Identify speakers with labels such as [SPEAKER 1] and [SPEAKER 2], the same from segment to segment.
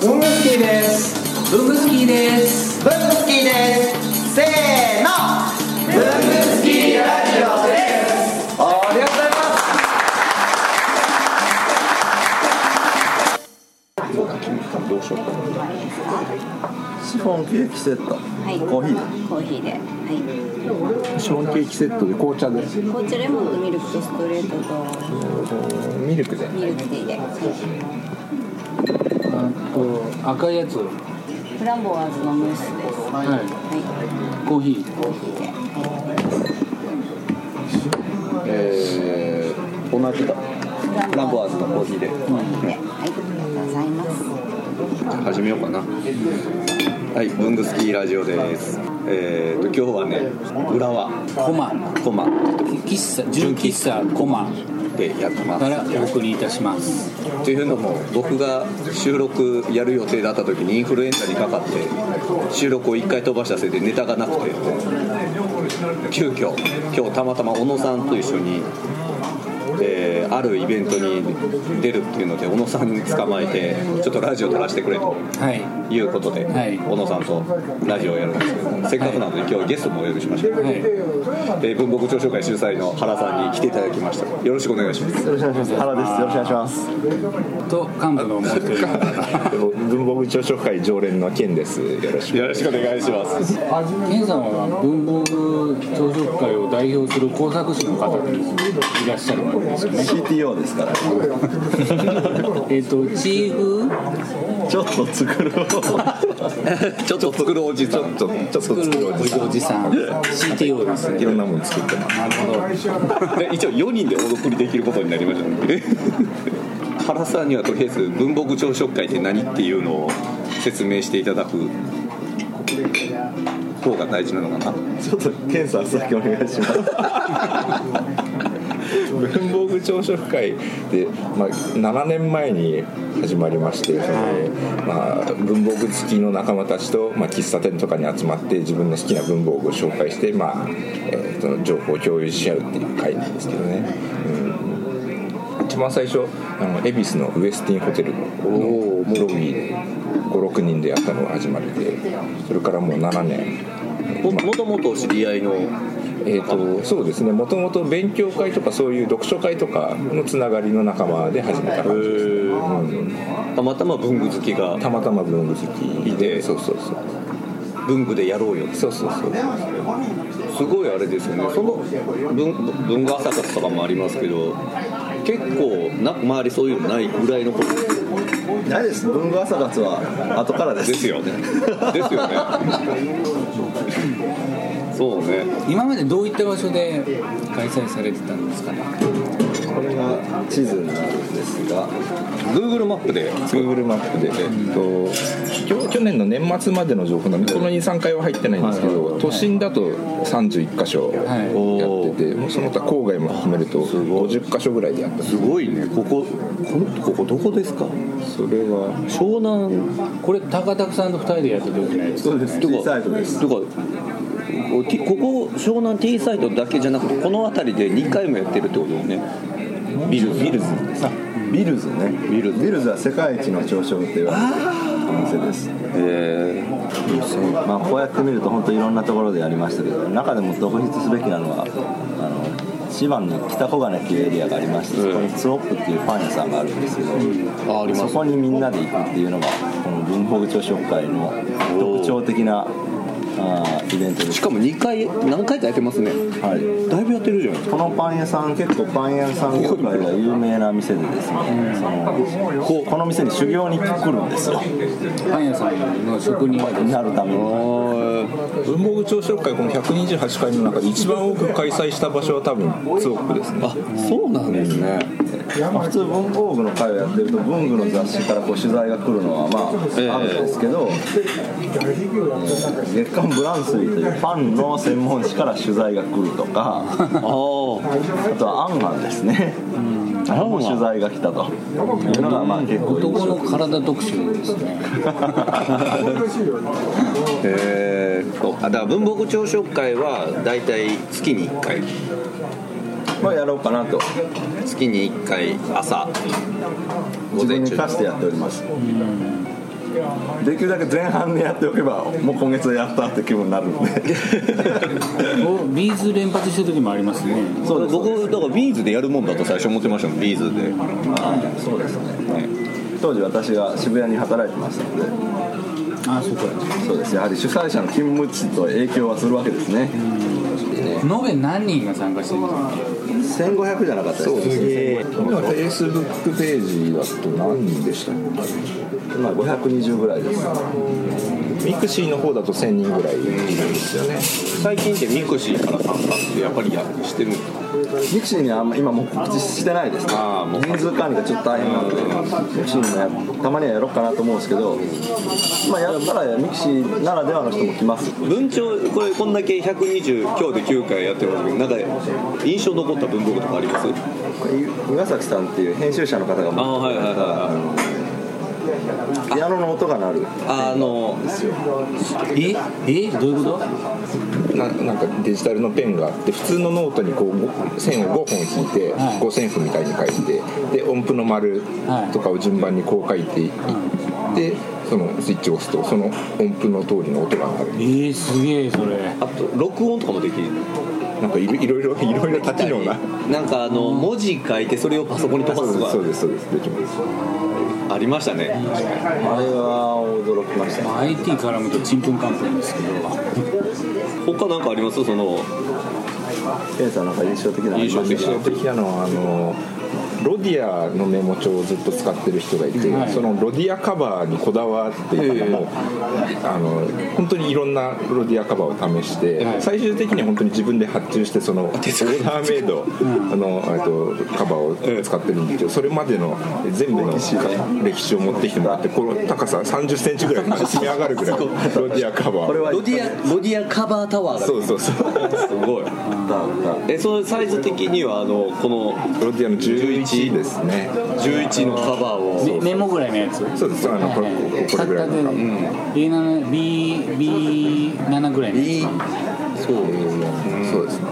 [SPEAKER 1] 文具好きです文具好きです文具好きですせーの文具好きラジオですありがとうございます
[SPEAKER 2] どうしようかシフォンケーキセット、
[SPEAKER 3] はい、
[SPEAKER 2] コーヒー
[SPEAKER 3] コーヒーで、は
[SPEAKER 2] でシフォンケーキセットで紅茶で
[SPEAKER 3] い、紅茶レモンとミルクとストレートと
[SPEAKER 2] ミルクで
[SPEAKER 3] ミルクティーで、はい、
[SPEAKER 4] あと赤いやつ、は
[SPEAKER 3] フランボワーズのムースです。はい、
[SPEAKER 4] い、コーヒー
[SPEAKER 3] コーヒーで、
[SPEAKER 2] えー、同じだランボワーズのコーヒーで
[SPEAKER 3] で、はい、ありがとうございます。
[SPEAKER 2] 始めようかなはい文具好きラジオですえー、と今日はね浦和
[SPEAKER 4] コマ
[SPEAKER 2] コマ
[SPEAKER 4] 喫茶純喫茶コマ
[SPEAKER 2] でやってま
[SPEAKER 4] から
[SPEAKER 2] す
[SPEAKER 4] お送りいたします
[SPEAKER 2] というのも僕が収録やる予定だった時にインフルエンザにかかって収録を1回飛ばしたせいでネタがなくて急遽今日たまたま小野さんと一緒に、えーあるイベントに出るっていうので小野さんに捕まえてちょっとラジオ撮らせてくれと
[SPEAKER 4] はい
[SPEAKER 2] いうことで、
[SPEAKER 4] はい
[SPEAKER 2] 小野さんとラジオをやるんですけどせっかくなので今日はゲストもお呼びしましょう、
[SPEAKER 4] はい
[SPEAKER 2] えー文房具長紹介主催の原さんに来ていただきましたよろしくお願いします
[SPEAKER 5] よろしくお願いします。原です。よろしくお願いします。
[SPEAKER 4] と幹部のもう一人
[SPEAKER 5] 文房具朝食会常連の健です。よろしく。
[SPEAKER 2] よろしくお願いします
[SPEAKER 4] 健さんは文房具朝食会を代表する工作士の方でいらっしゃるわけですよね
[SPEAKER 5] CTO ですから。
[SPEAKER 4] えっとチーフ
[SPEAKER 5] ちょっと作ろう。ちょ
[SPEAKER 2] ちょっと作るおじさん
[SPEAKER 5] っとちょっと
[SPEAKER 4] 作
[SPEAKER 5] 作
[SPEAKER 4] る
[SPEAKER 5] ろう。
[SPEAKER 4] おじさん CTO です
[SPEAKER 5] い
[SPEAKER 4] ね
[SPEAKER 5] ろんなもの作ってます。
[SPEAKER 4] なるほど
[SPEAKER 2] で一応4人でお送りできることになりましたので 原さんにはとりあえず文房具朝食会って何っていうのを説明していただく方が大事なのかな
[SPEAKER 5] ちょっと健さん先お願いします。文房具朝食会で、まあ、7年前に始まりましてその、まあ、文房具好きの仲間たちと、まあ、喫茶店とかに集まって自分の好きな文房具を紹介して、まあえーと情報を共有し合うっていう会なんですけどね、うん、一番最初あの恵比寿のウエスティンホテルのロビーで56人でやったのが始まりでそれからもう7年
[SPEAKER 2] ももともとお知り合いの
[SPEAKER 5] えー、とそうですねもともと勉強会とかそういう読書会とかのつながりの仲間で始めた感じです、うん
[SPEAKER 2] たまたま文具好きが
[SPEAKER 5] たまたま文具好きでそうそうそう
[SPEAKER 2] 文具でやろうよ
[SPEAKER 5] そうそうそう
[SPEAKER 2] すごいあれですよねその文文具朝活とかもありますけど結構な周りそういうのないぐらいのこと
[SPEAKER 6] ないです文具朝活は後からです
[SPEAKER 2] ですよねですよねそうね
[SPEAKER 4] 今までどういった場所で開催されてたんですかね
[SPEAKER 6] これが地図なんですが
[SPEAKER 2] Google マップで
[SPEAKER 5] Google マップで、えっと、去去年の年末までの情報なんでこの23回は入ってないんですけど都心だと31箇所や
[SPEAKER 4] はい
[SPEAKER 5] っててもうその他郊外も含めると50箇所ぐらいでやった
[SPEAKER 2] すごいねこここここどこですか
[SPEAKER 5] それは
[SPEAKER 2] 湘南
[SPEAKER 4] これ高田さんと二人でやった時のやつ
[SPEAKER 6] そうです
[SPEAKER 2] とか
[SPEAKER 6] T サイトです
[SPEAKER 2] とかお T- ここ湘南 T サイトだけじゃなくてこの辺りで2回もやってるってことよねビルビルズ
[SPEAKER 6] あビルズねビルズビルズは世界一の朝食って言われてるお店です
[SPEAKER 2] えー
[SPEAKER 6] まあこうやって見ると本当いろんなところでやりましたけど中でも独立すべきなのはあの千葉の北小金っていうエリアがありましてそこにツオップっていうパン屋さんがあるんですけど、
[SPEAKER 2] あありま
[SPEAKER 6] そ
[SPEAKER 2] す
[SPEAKER 6] こにみんなで行くっていうのがこの文房具朝食会の特徴的なあーイベントで
[SPEAKER 2] し
[SPEAKER 6] す、
[SPEAKER 2] かも2回何回かやってますね
[SPEAKER 6] はい
[SPEAKER 2] だいぶやってるじゃないです
[SPEAKER 6] このパン屋さん結構パン屋さん業界が有名な店でですねそのここの店に修行に来るんですよ
[SPEAKER 4] パン屋さんの職人が
[SPEAKER 6] なるために
[SPEAKER 2] か
[SPEAKER 5] 文房具朝食会この128回の中で一番多く開催した場所は多分ツオップですね
[SPEAKER 2] あそうなんですね
[SPEAKER 6] まあ普通文房具の会をやってると文具の雑誌からこう取材が来るのは
[SPEAKER 2] ええ
[SPEAKER 6] まああるんですけど、月刊ブランスリーというパンの専門誌から取材が来るとか
[SPEAKER 2] ああ
[SPEAKER 6] あとはアンアンですね、アンも取材が来たというのがまあ結構印象
[SPEAKER 4] 男の体特集ですね
[SPEAKER 2] へえそうあだから文房具朝食会は大体月に1回
[SPEAKER 6] まあやろうかなと
[SPEAKER 2] 月に1回朝午
[SPEAKER 6] 自
[SPEAKER 2] 前
[SPEAKER 6] 分に
[SPEAKER 2] 中
[SPEAKER 6] 課してやっておりますできるだけ前半でやっておけばもう今月やったって気分になるので
[SPEAKER 4] おビーズ連発した時もありますね
[SPEAKER 2] そう僕だからビーズでやるもんだと最初思ってましたもんビーズで
[SPEAKER 6] そうですね当時私が渋谷に働いてましたので
[SPEAKER 4] あそうか
[SPEAKER 6] そうですやはり主催者の勤務地と影響はするわけですねでね
[SPEAKER 4] 延べ何人が参加してるんですか
[SPEAKER 6] 1500じゃなかったです
[SPEAKER 5] すげえフェイスブックページだと何人でしたっ
[SPEAKER 6] まあ520ぐらいです
[SPEAKER 5] けミクシーの方だと1000人ぐらいいるんですよね
[SPEAKER 2] 最近ってミクシーから参加ってやっぱりやしてるんですか
[SPEAKER 6] ミクシーにはあんま今もう告知してないですね
[SPEAKER 2] あーもう
[SPEAKER 6] 人数管理がちょっと大変なのでミクシーもやたまにはやろうかなと思うんですけどまあやったらミクシーならではの人も来ます
[SPEAKER 2] 文鳥これこんだけ120今日で9回やってますけどなんか印象残った文房具とかあります
[SPEAKER 6] 岩崎さんっていう編集者の方が
[SPEAKER 2] あーはいはいはいは
[SPEAKER 6] ピアノの音が鳴る
[SPEAKER 2] あの
[SPEAKER 4] ええどういうこと
[SPEAKER 5] ななんかデジタルのペンがあって普通のノートにこう線を5本引いて
[SPEAKER 4] はい
[SPEAKER 5] 五線譜みたいに書いてで音符の丸とかを順番にこう書いていってそのスイッチを押すとその音符の通りの音が鳴る
[SPEAKER 4] えー、すげえそれ
[SPEAKER 2] あと録音とかもできる
[SPEAKER 5] なんかいろいろいろいろいろ多機能な
[SPEAKER 2] なんかあの文字書いてそれをパソコンに飛ばすと
[SPEAKER 5] そう
[SPEAKER 2] か
[SPEAKER 5] ですそうですできます
[SPEAKER 2] ありましたね
[SPEAKER 6] あれは驚きました
[SPEAKER 4] まあ IT 絡むとちんぷんかんぷんですけど
[SPEAKER 2] 他なんかありますその
[SPEAKER 6] ケンさんなんか印象的なのありま
[SPEAKER 2] 印
[SPEAKER 6] した
[SPEAKER 2] 象
[SPEAKER 5] 印
[SPEAKER 2] 的
[SPEAKER 5] 象的なのはあのロディアのメモ帳をずっと使ってる人がいて、
[SPEAKER 4] はい
[SPEAKER 5] そのロディアカバーにこだわっていたのも、あの本当にいろんなロディアカバーを試して、
[SPEAKER 4] はい
[SPEAKER 5] 最終的には本当に自分で発注してそのオーダーメイドあのえっとカバーを使ってるんですけどそれまでの全部の歴史を持ってきてもらってこの高さ3 0ンチぐらいまで積み上がるぐらいのロディアカ バ
[SPEAKER 6] これ
[SPEAKER 5] ー
[SPEAKER 6] は
[SPEAKER 2] ロディアロディアカバータワーだ
[SPEAKER 5] そうそうそう
[SPEAKER 2] すごいえそのサイズ的にはあのこの
[SPEAKER 5] ロディアの11ですね
[SPEAKER 2] 11のカバーを
[SPEAKER 4] メメモぐらいのやつ
[SPEAKER 5] そうですあのこれこれこれぐらいのカバー
[SPEAKER 4] A7 B B7 ぐらいのやつ
[SPEAKER 2] いいそう
[SPEAKER 5] そうですね。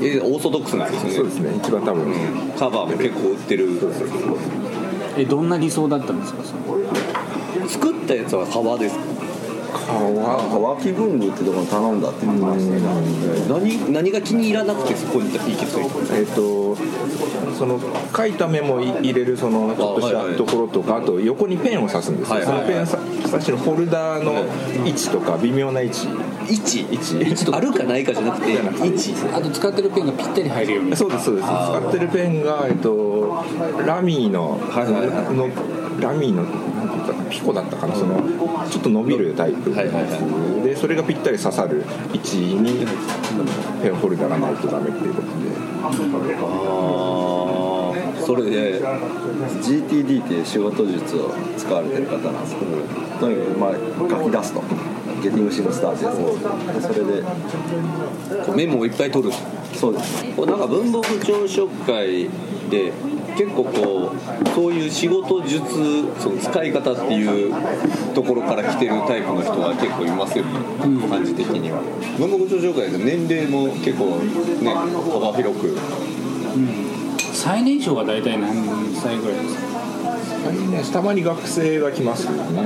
[SPEAKER 2] えオーソドックスなんですよね
[SPEAKER 5] そうですね。一番多分
[SPEAKER 2] カバーも結構売ってる
[SPEAKER 4] えどんな理想だったんですかその
[SPEAKER 2] 作ったやつは革ですか
[SPEAKER 6] なんか脇文具ってところに頼んだって言ってましたね
[SPEAKER 2] 何何が気に入らなくてそこに行き着いたの
[SPEAKER 5] えっ、とその書いたメモを入れるそのちょっとし
[SPEAKER 2] はいは
[SPEAKER 5] た
[SPEAKER 2] い
[SPEAKER 5] ところとかあと横にペンを刺すんです
[SPEAKER 2] は
[SPEAKER 5] よ。
[SPEAKER 2] い
[SPEAKER 5] そ
[SPEAKER 2] はい
[SPEAKER 5] のペンさ刺しのホルダーの位置とか微妙な位置。
[SPEAKER 2] 位置
[SPEAKER 5] 位置
[SPEAKER 2] 位置とかあるかないかじゃなくて位置
[SPEAKER 4] あと使ってるペンがぴったり入るように
[SPEAKER 5] そうですそうです。使ってるペンがえっ、とラミーの、
[SPEAKER 2] いはいは
[SPEAKER 5] のラミーのなんて言ったかなピコだったかなそのちょっと伸びるタイプ。
[SPEAKER 2] はいはいは
[SPEAKER 5] でそれがぴったり刺さる位置にペンホルダーがないとダメっていうことで。
[SPEAKER 2] いああそれで
[SPEAKER 6] GTD っていう仕事術を使われてる方なんですけどとにかくまあ書き出すとゲティングシーンスターズですねでそれで
[SPEAKER 2] メモをいっぱい取る
[SPEAKER 6] そうです
[SPEAKER 2] こうなんか文房具朝食会で結構こうそういう仕事術その使い方っていうところから来てるタイプの人が結構いますよね、感じ的には文房具朝食会で年齢も結構ね幅広く
[SPEAKER 4] 最年少が大体何歳ぐらいですか
[SPEAKER 5] たまに学生が来ますけどね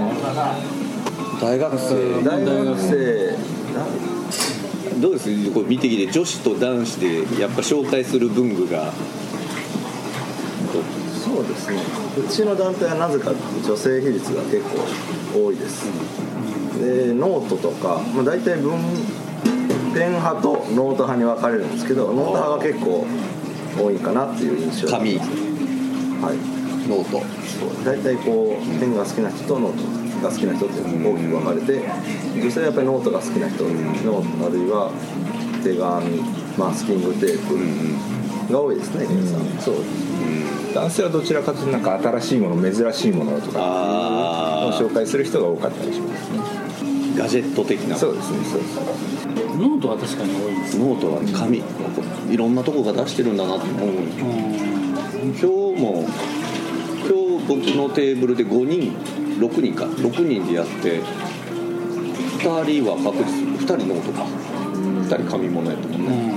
[SPEAKER 2] 大学生
[SPEAKER 6] 大学生
[SPEAKER 2] どうですこう見てきて女子と男子でやっぱ紹介する文具が
[SPEAKER 6] そうですねうちの団体はなぜか女性比率が結構多いですでノートとか、まあ、大体文ペン派とノート派に分かれるんですけどノート派が結構多いかなっていう印象
[SPEAKER 2] 紙
[SPEAKER 6] はい
[SPEAKER 2] ノート
[SPEAKER 6] 大体こうペンが好きな人とノートが好きな人って大きく分かれて女性はやっぱりノートが好きな人ノートあるいは手紙マスキングテープが多いですね皆さん
[SPEAKER 5] そう男性はどちらかというとなんか新しいもの珍しいものとかを
[SPEAKER 2] あ
[SPEAKER 5] 紹介する人が多かったりしますね
[SPEAKER 2] あガジェット的な
[SPEAKER 5] そうですねそうですね
[SPEAKER 4] ノートは確かに多いです
[SPEAKER 2] ノートは紙いろんなとこが出してるんだなと思う今日も今日僕のテーブルで5人6人か6人でやって2人は確実2人ノートか2人紙物やったもんね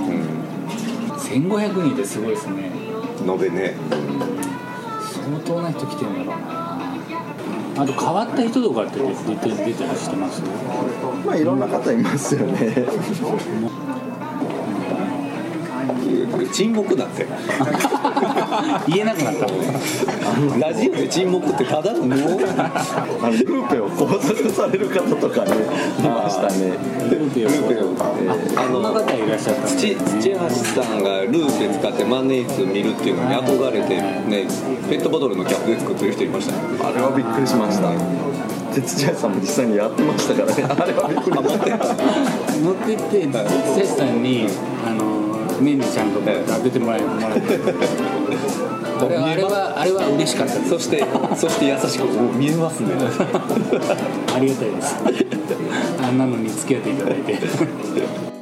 [SPEAKER 4] 1500人ってすごいですね
[SPEAKER 2] 延べね
[SPEAKER 4] 相当な人来てるんだろうなあと変わった人とかって出て出たりしてます
[SPEAKER 6] まあいろんな方いますよね
[SPEAKER 2] 沈黙だって
[SPEAKER 4] 言えなくなったもん
[SPEAKER 2] ラジオで沈黙ってただの無音
[SPEAKER 6] あのルーペを考察される方とかねいましたね
[SPEAKER 4] ルーペを
[SPEAKER 2] あ
[SPEAKER 4] こんな
[SPEAKER 2] の
[SPEAKER 4] 方いらっしゃったんです
[SPEAKER 2] 土
[SPEAKER 4] ね
[SPEAKER 2] 土橋さんがルーペ使ってマネーツ見るっていうのに憧れて、ね、ペットボトルのキャップで作ってる人いましたね
[SPEAKER 6] あれはびっくりしましたで土屋さんも実際にやってましたからねあれはびっくりしました
[SPEAKER 4] 持ってってセスさんにあのメンディちゃんとか当ててもらえもらえてあれはあれはあれは嬉しかったです
[SPEAKER 2] そしてそして優しくお見えますね
[SPEAKER 4] ありがたいですあんなのに付き合っていただいて